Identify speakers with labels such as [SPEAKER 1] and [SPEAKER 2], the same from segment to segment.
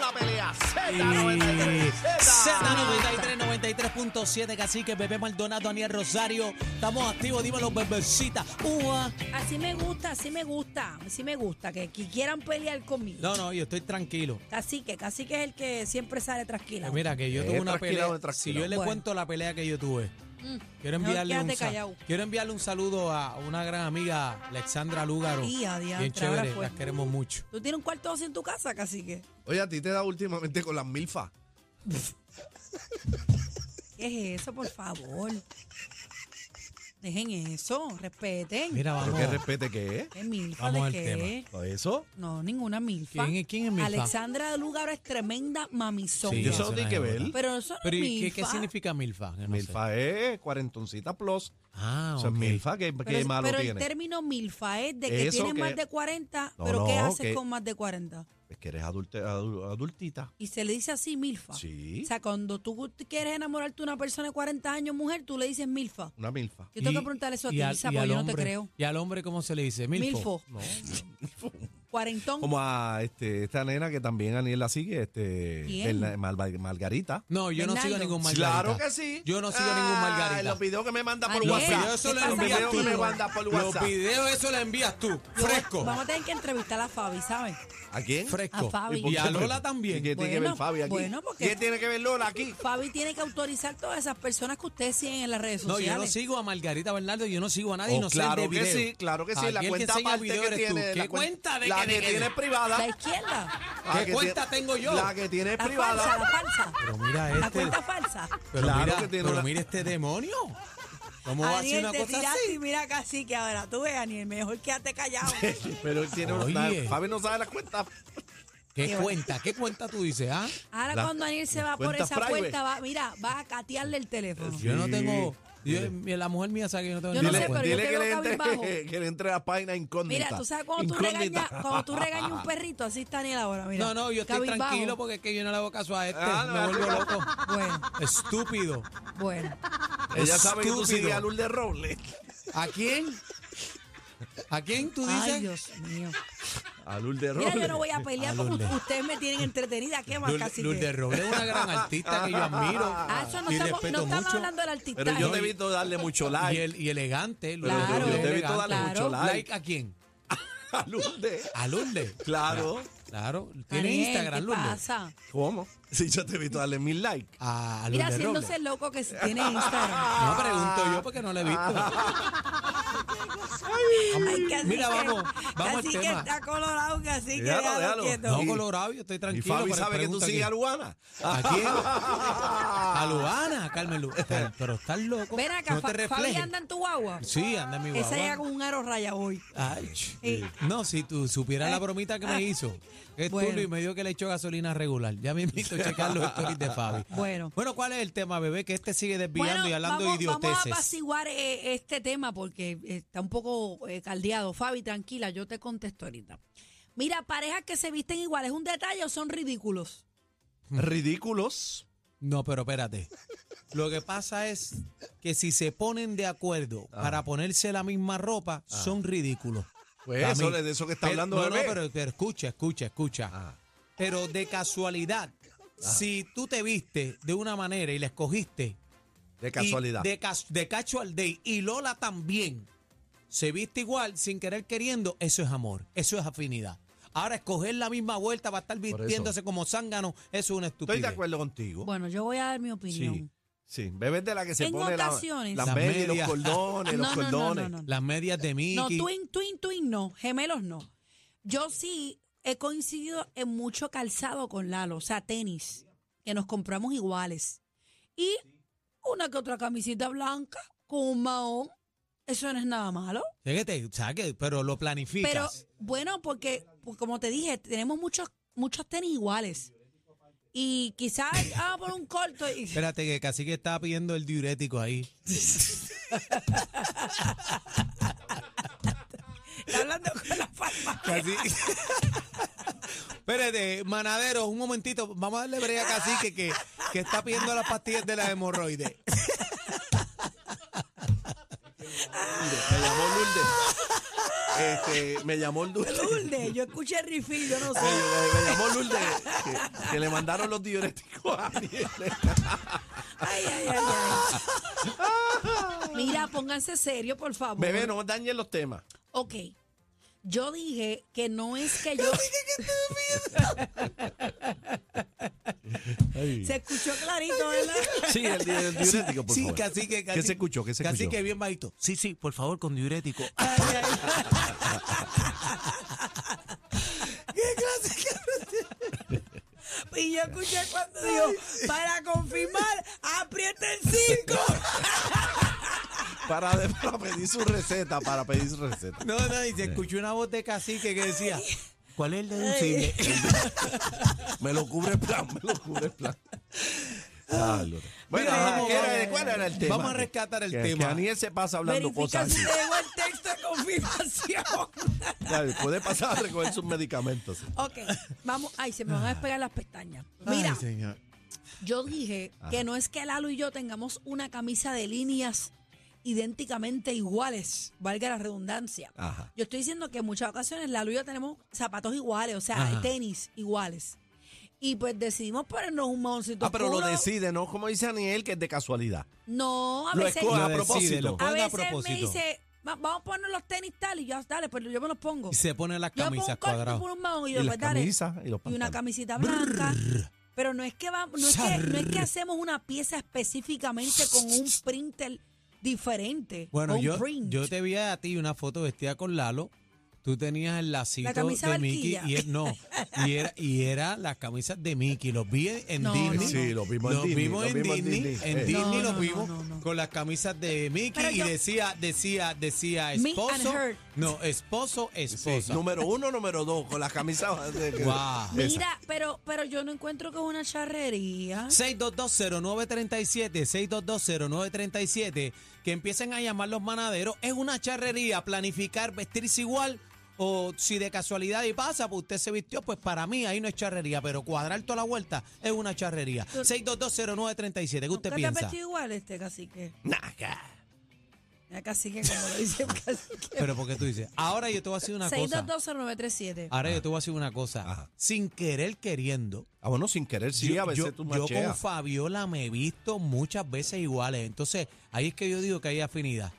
[SPEAKER 1] La pelea
[SPEAKER 2] Eh,
[SPEAKER 1] Z93.
[SPEAKER 2] Z93, 93.7, Cacique, Bebé Maldonado, Daniel Rosario. Estamos activos, dímelo, bebecita. Ua.
[SPEAKER 3] Así me gusta, así me gusta, así me gusta, que, que quieran pelear conmigo.
[SPEAKER 2] No, no, yo estoy tranquilo.
[SPEAKER 3] Cacique, cacique es el que siempre sale tranquila.
[SPEAKER 2] Pues Mira, que yo
[SPEAKER 1] Eh,
[SPEAKER 2] tuve una
[SPEAKER 1] tranquilado,
[SPEAKER 2] pelea. Si
[SPEAKER 1] tranquilado.
[SPEAKER 2] yo le
[SPEAKER 3] Bueno.
[SPEAKER 2] cuento la pelea que yo tuve, quiero
[SPEAKER 3] mejor
[SPEAKER 2] enviarle, un,
[SPEAKER 3] Mm. quédate
[SPEAKER 2] sa-
[SPEAKER 3] callado.
[SPEAKER 2] quiero enviarle un saludo a una gran amiga, Alexandra Lúgaro.
[SPEAKER 3] Y a
[SPEAKER 2] Bien
[SPEAKER 3] diantre, ahora
[SPEAKER 2] chévere,
[SPEAKER 3] fue.
[SPEAKER 2] las queremos mucho.
[SPEAKER 3] ¿Tú tienes un cuarto así en tu casa, cacique?
[SPEAKER 1] Oye, a ti te da últimamente con las milfas.
[SPEAKER 3] ¿Qué es eso, por favor? Dejen eso, respeten.
[SPEAKER 2] Mira,
[SPEAKER 1] Pero
[SPEAKER 2] vamos.
[SPEAKER 1] que respete que es.
[SPEAKER 3] ¿Qué milfa
[SPEAKER 2] vamos
[SPEAKER 3] de
[SPEAKER 2] al
[SPEAKER 3] qué?
[SPEAKER 2] tema.
[SPEAKER 1] ¿Todo eso?
[SPEAKER 3] No, ninguna milfa.
[SPEAKER 2] ¿Quién es- quién es milfa?
[SPEAKER 3] Alexandra Lugaro es tremenda mamizonga.
[SPEAKER 2] Sí,
[SPEAKER 1] Yo eso no
[SPEAKER 2] es
[SPEAKER 1] tiene que
[SPEAKER 2] verdad.
[SPEAKER 1] ver.
[SPEAKER 3] Pero eso no
[SPEAKER 2] Pero, ¿y
[SPEAKER 3] es
[SPEAKER 2] qué,
[SPEAKER 3] milfa.
[SPEAKER 2] qué significa milfa? Que no sé.
[SPEAKER 1] Milfa es cuarentoncita plus.
[SPEAKER 2] Ah,
[SPEAKER 1] Eso es
[SPEAKER 2] ok.
[SPEAKER 1] milfa, ¿qué, qué
[SPEAKER 3] Pero, es-
[SPEAKER 1] malo
[SPEAKER 3] pero el
[SPEAKER 1] tiene?
[SPEAKER 3] término milfa es de que
[SPEAKER 1] Eso
[SPEAKER 3] tienes
[SPEAKER 1] que-
[SPEAKER 3] más de 40,
[SPEAKER 1] No,
[SPEAKER 3] pero ¿qué
[SPEAKER 1] no,
[SPEAKER 3] haces
[SPEAKER 1] que-
[SPEAKER 3] con más de 40?
[SPEAKER 1] Es que eres adulte- adu- adultita.
[SPEAKER 3] Y se le dice así, milfa.
[SPEAKER 1] Sí,
[SPEAKER 3] O sea, cuando tú quieres enamorarte de una persona de 40 años, mujer, tú le dices milfa.
[SPEAKER 1] una milfa.
[SPEAKER 3] Yo tengo
[SPEAKER 2] Y-
[SPEAKER 3] que preguntarle eso a ti,
[SPEAKER 2] y al-
[SPEAKER 3] Isa,
[SPEAKER 2] y al
[SPEAKER 3] porque yo no te
[SPEAKER 2] hombre-
[SPEAKER 3] creo.
[SPEAKER 2] ¿Y al hombre cómo se le dice? Milfo.
[SPEAKER 3] Milfo.
[SPEAKER 1] No,
[SPEAKER 3] Cuarentón.
[SPEAKER 1] Como a este, esta nena que también Aniel la sigue, este,
[SPEAKER 3] ¿Quién?
[SPEAKER 1] Berna- Mal- Margarita.
[SPEAKER 2] No, yo no sigo
[SPEAKER 3] Bernardo.
[SPEAKER 2] ningún margarita.
[SPEAKER 1] Claro que sí. Ah,
[SPEAKER 2] Yo no sigo ningún margarita.
[SPEAKER 1] Los videos que me manda por
[SPEAKER 3] Aniel,
[SPEAKER 2] Los
[SPEAKER 1] WhatsApp.
[SPEAKER 2] videos eso
[SPEAKER 3] ¿qué
[SPEAKER 2] lo
[SPEAKER 3] pasa
[SPEAKER 1] los videos que
[SPEAKER 3] contigo?
[SPEAKER 1] me manda por
[SPEAKER 2] Los
[SPEAKER 1] WhatsApp.
[SPEAKER 2] videos eso lo envías tú.
[SPEAKER 3] Yo-
[SPEAKER 2] Fresco.
[SPEAKER 3] Vamos a tener que entrevistar a Fabi, ¿sabes?
[SPEAKER 1] ¿A quién?
[SPEAKER 2] Fresco.
[SPEAKER 3] A Fabi.
[SPEAKER 2] Y a
[SPEAKER 1] por qué?
[SPEAKER 2] Lola
[SPEAKER 1] ¿Y ¿Qué
[SPEAKER 2] también.
[SPEAKER 1] tiene que ver
[SPEAKER 3] Bueno,
[SPEAKER 1] Fabi aquí?
[SPEAKER 3] bueno, porque-
[SPEAKER 1] ¿Qué tiene que ver Lola aquí?
[SPEAKER 3] Fabi tiene que autorizar todas esas personas que ustedes siguen en las redes
[SPEAKER 2] No,
[SPEAKER 3] sociales.
[SPEAKER 2] yo no sigo a Margarita Bernardo, yo no sigo a nadie,
[SPEAKER 1] Oh,
[SPEAKER 2] no sé
[SPEAKER 1] claro
[SPEAKER 2] el de
[SPEAKER 1] que
[SPEAKER 2] video.
[SPEAKER 1] sí, claro que sí.
[SPEAKER 2] Aquí
[SPEAKER 1] La
[SPEAKER 2] el
[SPEAKER 1] cuenta
[SPEAKER 2] enseña el
[SPEAKER 1] aparte
[SPEAKER 2] video
[SPEAKER 1] que
[SPEAKER 2] eres
[SPEAKER 1] tiene.
[SPEAKER 2] tú.
[SPEAKER 1] la cuen-
[SPEAKER 2] ¿Qué cuenta de
[SPEAKER 1] La que,
[SPEAKER 2] que, de que-
[SPEAKER 1] tiene privada.
[SPEAKER 3] La izquierda.
[SPEAKER 1] La
[SPEAKER 2] ¿Qué
[SPEAKER 1] que
[SPEAKER 2] cuenta
[SPEAKER 1] tiene-
[SPEAKER 2] tengo yo?
[SPEAKER 1] La que tiene
[SPEAKER 3] La falsa, la
[SPEAKER 1] privada.
[SPEAKER 3] falsa.
[SPEAKER 2] Pero mira
[SPEAKER 3] La
[SPEAKER 2] este.
[SPEAKER 3] cuenta falsa.
[SPEAKER 2] Pero,
[SPEAKER 1] Claro
[SPEAKER 2] mira,
[SPEAKER 1] que tiene
[SPEAKER 2] pero
[SPEAKER 1] una-
[SPEAKER 2] mira este demonio. ¿Cómo va a decir
[SPEAKER 3] Aniel,
[SPEAKER 2] una
[SPEAKER 3] te
[SPEAKER 2] cosa
[SPEAKER 3] tiraste
[SPEAKER 2] así?
[SPEAKER 3] y mira casi que ahora tú ves, Aniel, mejor quédate callado.
[SPEAKER 1] Pero tiene una-
[SPEAKER 2] Oye.
[SPEAKER 1] Fabi no sabe las cuentas.
[SPEAKER 2] ¿Qué cuenta? ¿Qué cuenta tú dices, ah?
[SPEAKER 3] Ahora
[SPEAKER 1] La-
[SPEAKER 3] cuando Aniel se va por
[SPEAKER 1] cuenta
[SPEAKER 3] esa
[SPEAKER 1] private.
[SPEAKER 3] puerta, va, mira, va a catearle el teléfono.
[SPEAKER 2] Yo no
[SPEAKER 1] Sí.
[SPEAKER 2] tengo... yo- la mujer mía sabe que yo no tengo
[SPEAKER 3] Yo no
[SPEAKER 2] ninguna
[SPEAKER 3] sé,
[SPEAKER 2] cuenta.
[SPEAKER 3] pero yo
[SPEAKER 1] Dile
[SPEAKER 3] te
[SPEAKER 1] que
[SPEAKER 3] veo
[SPEAKER 1] le, entre,
[SPEAKER 3] cabizbajo.
[SPEAKER 1] que le entre a página incógnita.
[SPEAKER 3] Mira, tú sabes cuando tú,
[SPEAKER 1] Incógnita.
[SPEAKER 3] regañas, cuando tú regañas un perrito, así está Aniel ahora, mira.
[SPEAKER 2] No, no, yo estoy
[SPEAKER 3] Cabizbajo.
[SPEAKER 2] tranquilo porque es que yo no le hago caso a este.
[SPEAKER 1] Ah, no,
[SPEAKER 2] Me vuelvo
[SPEAKER 1] no.
[SPEAKER 2] loco.
[SPEAKER 3] Bueno,
[SPEAKER 2] Estúpido.
[SPEAKER 3] bueno.
[SPEAKER 1] Ella sabe que tú
[SPEAKER 2] Estúpido.
[SPEAKER 1] sigues a Luz de Robles.
[SPEAKER 2] ¿A quién? ¿A quién tú dices? Ah,
[SPEAKER 3] Ay, Dios mío.
[SPEAKER 1] A Luz de Robles.
[SPEAKER 3] Mira, yo no voy a pelear
[SPEAKER 2] A
[SPEAKER 3] porque
[SPEAKER 2] Lourdes.
[SPEAKER 3] ustedes me tienen entretenida. ¿Qué más,
[SPEAKER 2] Lourdes,
[SPEAKER 3] casi?
[SPEAKER 2] Lourdes Robles es una gran artista que yo admiro.
[SPEAKER 3] Ah, eso no
[SPEAKER 2] y
[SPEAKER 3] estamos, no
[SPEAKER 2] respeto
[SPEAKER 3] estamos
[SPEAKER 2] mucho.
[SPEAKER 3] hablando del artista.
[SPEAKER 1] Pero yo
[SPEAKER 3] ¿eh?
[SPEAKER 1] te he visto darle mucho
[SPEAKER 2] Y,
[SPEAKER 1] like.
[SPEAKER 2] el, y elegante.
[SPEAKER 1] Pero
[SPEAKER 2] Lourdes Robles
[SPEAKER 3] Claro. yo te he
[SPEAKER 1] visto darle
[SPEAKER 2] elegante.
[SPEAKER 3] mucho
[SPEAKER 1] like.
[SPEAKER 2] a quién?
[SPEAKER 1] A Luz de.
[SPEAKER 2] A Lourdes.
[SPEAKER 1] Claro.
[SPEAKER 2] Claro. Tiene
[SPEAKER 3] Aniel,
[SPEAKER 2] Instagram,
[SPEAKER 3] ¿qué
[SPEAKER 2] Lourdes.
[SPEAKER 3] pasa?
[SPEAKER 1] ¿Cómo? Si yo te he visto darle mil likes.
[SPEAKER 2] A
[SPEAKER 3] Mira,
[SPEAKER 2] Lourdes Robles.
[SPEAKER 3] haciéndose loco que si tiene Instagram.
[SPEAKER 2] No pregunto yo porque no le he visto.
[SPEAKER 3] Ay, casi
[SPEAKER 2] Mira,
[SPEAKER 3] que-
[SPEAKER 2] vamos, vamos al
[SPEAKER 3] casi que
[SPEAKER 2] tema.
[SPEAKER 3] está colorado, casi que
[SPEAKER 1] Déjalo,
[SPEAKER 3] déjalo
[SPEAKER 1] déjalo.
[SPEAKER 3] quieto.
[SPEAKER 2] No,
[SPEAKER 1] Y-
[SPEAKER 2] Colorado, yo estoy
[SPEAKER 1] Y
[SPEAKER 2] tranquilo.
[SPEAKER 1] Fabi
[SPEAKER 2] pero
[SPEAKER 1] sabe que tú
[SPEAKER 2] pregunta
[SPEAKER 1] sigues a
[SPEAKER 2] quién.
[SPEAKER 1] Luana.
[SPEAKER 2] ¿A quién? A Luana, Carmen Lu. Cal- Pero estás loco.
[SPEAKER 3] Ven acá,
[SPEAKER 2] no te
[SPEAKER 3] Fa- Fabi
[SPEAKER 2] reflejes.
[SPEAKER 3] anda en tu guagua.
[SPEAKER 2] Sí, anda mi guagua.
[SPEAKER 3] Esa llega con un aro raya hoy.
[SPEAKER 2] Ay, ch-
[SPEAKER 3] Sí. Eh, ah,
[SPEAKER 2] No, si tú supieras la bromita que me hizo. Es
[SPEAKER 3] Bueno.
[SPEAKER 2] turbio y me dijo que le echó gasolina regular. Ya me invito a checar los stories de Fabi.
[SPEAKER 3] Bueno.
[SPEAKER 2] Bueno, ¿cuál es el tema, bebé? Que este sigue desviando y hablando
[SPEAKER 3] vamos,
[SPEAKER 2] de
[SPEAKER 3] Vamos a
[SPEAKER 2] idioteces.
[SPEAKER 3] apaciguar eh, este tema porque eh, está un poco eh, caldeado. Fabi, tranquila, yo te contesto ahorita. Mira, parejas que se visten iguales, ¿un detalle o son ridículos?
[SPEAKER 1] Ridículos.
[SPEAKER 2] No, pero espérate. Lo que pasa es que si se ponen de acuerdo para ponerse la misma ropa, son ridículos.
[SPEAKER 1] Pues
[SPEAKER 2] Para
[SPEAKER 1] eso,
[SPEAKER 2] mí.
[SPEAKER 1] de eso que está
[SPEAKER 2] Pero-
[SPEAKER 1] hablando
[SPEAKER 2] no, no,
[SPEAKER 1] bebé.
[SPEAKER 2] pero, pero escucha, escucha, escucha.
[SPEAKER 1] Ah.
[SPEAKER 2] Pero de casualidad, si tú te viste de una manera y la escogiste,
[SPEAKER 1] De casualidad.
[SPEAKER 2] Y de, cas- de casual day. Y Lola también. Se viste igual, sin querer queriendo. Eso es amor. Eso es afinidad. Ahora, escoger la misma vuelta para estar
[SPEAKER 1] eso.
[SPEAKER 2] vistiéndose como zángano, eso es una
[SPEAKER 1] Estoy
[SPEAKER 2] estupidez.
[SPEAKER 1] de acuerdo
[SPEAKER 2] Oh.
[SPEAKER 1] contigo.
[SPEAKER 3] Bueno, yo voy a dar mi opinión.
[SPEAKER 1] Sí. Sí, bebés de la que se
[SPEAKER 3] En
[SPEAKER 1] pone la-
[SPEAKER 3] ocasiones.
[SPEAKER 1] las
[SPEAKER 2] Las
[SPEAKER 1] medias, los
[SPEAKER 2] medias.
[SPEAKER 1] cordones, los
[SPEAKER 3] No, no, no, no,
[SPEAKER 1] cordones.
[SPEAKER 3] no, no.
[SPEAKER 2] Las medias de Mickey.
[SPEAKER 3] No, twin, twin, twin no, gemelos no. Yo sí he coincidido en mucho calzado con Lalo, o sea, tenis, que nos compramos iguales. Y una que otra camisita blanca con un mahón, eso no es nada malo.
[SPEAKER 2] Fíjate, ¿sabes qué? Pero lo planificas.
[SPEAKER 3] Pero bueno, porque pues, como te dije, tenemos muchos muchos tenis iguales. Y quizás ah, por un corto. Y,
[SPEAKER 2] Espérate, que casi que estaba pidiendo el diurético ahí.
[SPEAKER 3] está hablando con la palma.
[SPEAKER 2] Casi. Espérate, manadero, un momentito. Vamos a darle brea a Cacique que, que está pidiendo las pastillas de la hemorroides.
[SPEAKER 1] Me llamó Lourdes. Este, me llamó Lourdes.
[SPEAKER 3] Lourdes, yo escuché el rifil, yo no
[SPEAKER 1] Me,
[SPEAKER 3] sé.
[SPEAKER 1] me- me llamó Lourdes que, que le mandaron los diuréticos a Ariel.
[SPEAKER 3] Ay, ay, ay, ay. Mira, pónganse serio, por favor.
[SPEAKER 1] Bebé, no dañen los temas.
[SPEAKER 3] Ok. Yo dije que no es que yo. Se escuchó clarito, ¿verdad?
[SPEAKER 1] Sí, el, di- el diurético, por
[SPEAKER 2] sí,
[SPEAKER 1] favor.
[SPEAKER 2] Cacique, Cacique.
[SPEAKER 4] ¿Qué se escuchó? ¿Qué se escuchó?
[SPEAKER 2] Cacique, bien bajito. Sí, sí, por favor, con diurético.
[SPEAKER 3] Ay, ay. Y yo escuché cuando dijo, para confirmar, aprieta el 5.
[SPEAKER 1] Para, de- para pedir su receta, para pedir su receta.
[SPEAKER 2] No, no, y se escuchó una voz de Cacique que decía, ¿cuál es el deducible?
[SPEAKER 1] Me lo cubre el plan, me lo cubre el plan. Ah, Lourdes. bueno,
[SPEAKER 2] Mira,
[SPEAKER 1] ajá,
[SPEAKER 2] vamos,
[SPEAKER 1] ¿qué era-
[SPEAKER 2] vamos.
[SPEAKER 1] ¿cuál era el tema?
[SPEAKER 2] Vamos a rescatar el
[SPEAKER 1] Que- Que
[SPEAKER 2] tema.
[SPEAKER 1] Aniel se pasa hablando
[SPEAKER 3] Verifica
[SPEAKER 1] cosas
[SPEAKER 3] si
[SPEAKER 1] así.
[SPEAKER 3] te llegó el texto de confirmación.
[SPEAKER 1] Dale, Puede pasar a recoger sus medicamentos.
[SPEAKER 3] Ok, vamos. Ay, se me van a despegar las pestañas. Mira,
[SPEAKER 2] Ay, señor.
[SPEAKER 3] yo dije que no es que Lalo y yo tengamos una camisa de líneas idénticamente iguales, valga la redundancia.
[SPEAKER 1] Ajá.
[SPEAKER 3] Yo estoy diciendo que en muchas ocasiones Lalo y yo tenemos zapatos iguales, o sea,
[SPEAKER 2] Ajá.
[SPEAKER 3] tenis iguales. Y pues decidimos ponernos un mahoncito
[SPEAKER 1] Ah, pero lo
[SPEAKER 3] oscuro.
[SPEAKER 1] decide, ¿no? Como dice Aniel, que es de casualidad.
[SPEAKER 3] No, a
[SPEAKER 1] Lo
[SPEAKER 3] veces,
[SPEAKER 1] escoge
[SPEAKER 2] Lo
[SPEAKER 1] a
[SPEAKER 2] decide, lo
[SPEAKER 1] propósito.
[SPEAKER 2] pone
[SPEAKER 3] a
[SPEAKER 2] a
[SPEAKER 3] veces me
[SPEAKER 2] propósito.
[SPEAKER 3] dice, "Va- vamos a poner los tenis tal, y yo, dale, pues yo me los pongo.
[SPEAKER 2] Y se pone las
[SPEAKER 3] Yo me pongo
[SPEAKER 2] camisas
[SPEAKER 3] un corto,
[SPEAKER 2] cuadradas.
[SPEAKER 3] tú pones un mahón, y
[SPEAKER 1] Y
[SPEAKER 3] yo,
[SPEAKER 1] las
[SPEAKER 3] pues dale.
[SPEAKER 1] camisas y los
[SPEAKER 3] y una
[SPEAKER 1] pantalones.
[SPEAKER 3] camisita blanca. Pero no es que vamos, no es que, no es que hacemos una pieza específicamente con un printer diferente.
[SPEAKER 2] Bueno,
[SPEAKER 3] con
[SPEAKER 2] yo,
[SPEAKER 3] print.
[SPEAKER 2] yo te vi a ti una foto vestida con Lalo. Tú tenías el lacito
[SPEAKER 3] La camisa
[SPEAKER 2] de Mickey
[SPEAKER 3] barquilla.
[SPEAKER 2] y él- no, y era, y era las camisas de Mickey. Los vi en
[SPEAKER 3] No,
[SPEAKER 2] Disney.
[SPEAKER 3] no, Sí, no.
[SPEAKER 1] los vimos en Disney,
[SPEAKER 2] vimos
[SPEAKER 1] los
[SPEAKER 2] en
[SPEAKER 1] vimos en
[SPEAKER 2] Disney.
[SPEAKER 1] Disney.
[SPEAKER 2] en
[SPEAKER 1] Eh.
[SPEAKER 2] Disney
[SPEAKER 3] No,
[SPEAKER 2] los
[SPEAKER 3] no,
[SPEAKER 2] vimos
[SPEAKER 3] no, no, no.
[SPEAKER 2] con las camisas de Mickey
[SPEAKER 3] Pero
[SPEAKER 2] y
[SPEAKER 3] yo-
[SPEAKER 2] decía, decía, decía
[SPEAKER 3] Me
[SPEAKER 2] esposo.
[SPEAKER 3] and her.
[SPEAKER 2] No, esposo, esposa.
[SPEAKER 1] Sí, número uno, número dos, con las camisas. de- que-
[SPEAKER 2] Guau.
[SPEAKER 1] esa.
[SPEAKER 3] Mira, pero, pero yo no encuentro que es una charrería.
[SPEAKER 2] 6220937, 6220937, que empiecen a llamar los manaderos. Es una charrería planificar vestirse igual o si de casualidad y pasa, pues usted se vistió, pues para mí ahí no es charrería, pero cuadrar toda la vuelta es una charrería. 6220937, ¿qué usted
[SPEAKER 3] ¿Nunca te has
[SPEAKER 2] piensa?
[SPEAKER 3] vestido igual este cacique?
[SPEAKER 1] Naca.
[SPEAKER 3] Ya cacique, como lo dice el cacique.
[SPEAKER 2] Pero porque tú dices, ahora yo te voy a decir una cosa. Ah,
[SPEAKER 3] 6220937.
[SPEAKER 2] Ahora yo te voy a decir una cosa.
[SPEAKER 1] Ajá.
[SPEAKER 2] Sin querer queriendo,
[SPEAKER 1] Ah, bueno, sin querer, sí, a veces tú
[SPEAKER 2] yo con
[SPEAKER 1] macheas.
[SPEAKER 2] Fabiola me he visto muchas veces iguales. Entonces, ahí es que yo digo que hay afinidad.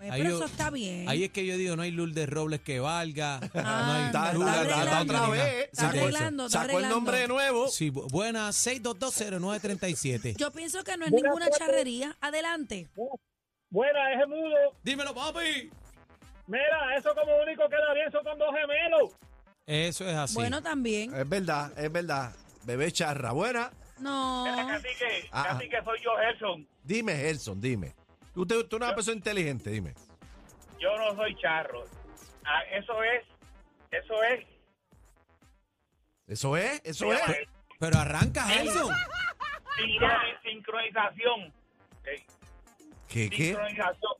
[SPEAKER 3] Oye,
[SPEAKER 2] ahí
[SPEAKER 3] Pues, pero
[SPEAKER 2] yo-
[SPEAKER 3] eso está bien.
[SPEAKER 2] Ahí es que yo digo, no hay Lourdes Robles que valga, no hay
[SPEAKER 3] Anda,
[SPEAKER 1] Está
[SPEAKER 3] Ah, está
[SPEAKER 2] Lula,
[SPEAKER 1] arreglando,
[SPEAKER 2] Lula,
[SPEAKER 3] arreglando.
[SPEAKER 1] otra vez.
[SPEAKER 3] Está
[SPEAKER 1] Sacó-
[SPEAKER 3] arreglando, está
[SPEAKER 1] Sacó el
[SPEAKER 3] arreglando.
[SPEAKER 1] nombre de nuevo.
[SPEAKER 2] Sí, bu- buena, 6220937.
[SPEAKER 3] Yo pienso que no es ninguna charrería. Adelante.
[SPEAKER 5] Buena, es mudo.
[SPEAKER 2] Dímelo, papi.
[SPEAKER 5] Mira, eso como único queda bien son con dos gemelos.
[SPEAKER 2] Eso es así.
[SPEAKER 3] Bueno, también.
[SPEAKER 1] Es verdad, es verdad. Bebé charra, buena.
[SPEAKER 3] No.
[SPEAKER 5] Casi que,
[SPEAKER 1] Ah,
[SPEAKER 5] casi que soy yo, Gerson.
[SPEAKER 1] Dime, Gerson, dime. Tú, te- tú eres una persona inteligente, dime.
[SPEAKER 5] Yo no soy charro. Ah, eso es, eso es.
[SPEAKER 1] Eso es, eso es. Ah.
[SPEAKER 5] eh,
[SPEAKER 2] Pero arranca, Jason.
[SPEAKER 5] sincroni- sincronización. Eh,
[SPEAKER 1] ¿Qué, qué?
[SPEAKER 5] Sincronización.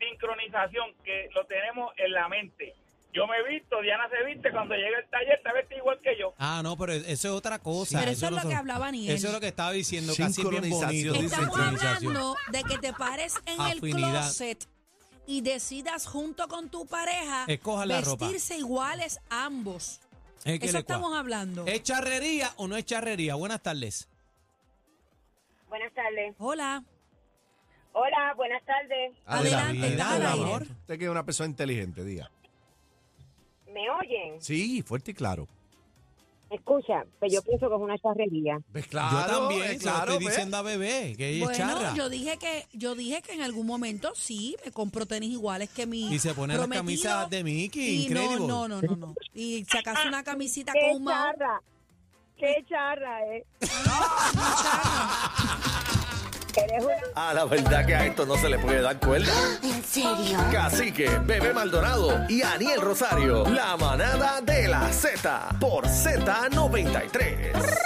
[SPEAKER 5] Sincronización, que lo tenemos en la mente. Yo me he visto, Diana se viste, cuando llega el taller está vestida igual que yo.
[SPEAKER 2] Ah, no, pero eso es otra cosa.
[SPEAKER 3] Pero eso es
[SPEAKER 2] no
[SPEAKER 3] lo
[SPEAKER 2] son-
[SPEAKER 3] que hablaba Aniel.
[SPEAKER 2] Eso es lo que estaba diciendo, casi bien bonito.
[SPEAKER 1] Sincronización, dice
[SPEAKER 3] Estamos
[SPEAKER 2] Sincronización.
[SPEAKER 3] hablando de que te pares en el
[SPEAKER 2] Afinidad.
[SPEAKER 3] closet y decidas junto con tu pareja
[SPEAKER 2] Escoja la ropa.
[SPEAKER 3] vestirse iguales ambos.
[SPEAKER 2] Es que
[SPEAKER 3] Eso
[SPEAKER 2] le cua-
[SPEAKER 3] estamos hablando.
[SPEAKER 2] ¿Es charrería o no es charrería? Buenas tardes.
[SPEAKER 6] Buenas tardes.
[SPEAKER 3] Hola.
[SPEAKER 6] Hola, buenas tardes.
[SPEAKER 3] Adelante,
[SPEAKER 2] Adelante,
[SPEAKER 3] estás al
[SPEAKER 2] mi
[SPEAKER 3] aire.
[SPEAKER 2] amor.
[SPEAKER 1] Usted que es una persona inteligente, diga.
[SPEAKER 6] ¿Me oyen?
[SPEAKER 1] Sí, fuerte y claro.
[SPEAKER 6] Escucha, pues yo pienso que es una charrería.
[SPEAKER 1] ¿Ves?
[SPEAKER 2] Yo también
[SPEAKER 1] eh,
[SPEAKER 2] se lo estoy
[SPEAKER 1] ¿ves?
[SPEAKER 2] diciendo a bebé que ella es charra.
[SPEAKER 3] Bueno, yo dije que yo dije que en algún momento sí me compro tenis iguales que mi
[SPEAKER 2] Y se pone las
[SPEAKER 3] prometido.
[SPEAKER 2] camisas de Mickey,
[SPEAKER 3] Y no,
[SPEAKER 2] increíble.
[SPEAKER 3] no, no, no, no. Y sacas una camisita
[SPEAKER 6] ¡Qué
[SPEAKER 3] con un mao.
[SPEAKER 6] charra! ¡Qué charra, eh! Eres una
[SPEAKER 7] A la verdad que a esto no se le puede dar cuerda.
[SPEAKER 8] ¿En serio?
[SPEAKER 7] Cacique, Bebé Maldonado y Aniel Rosario. La manada de la Z por Z93.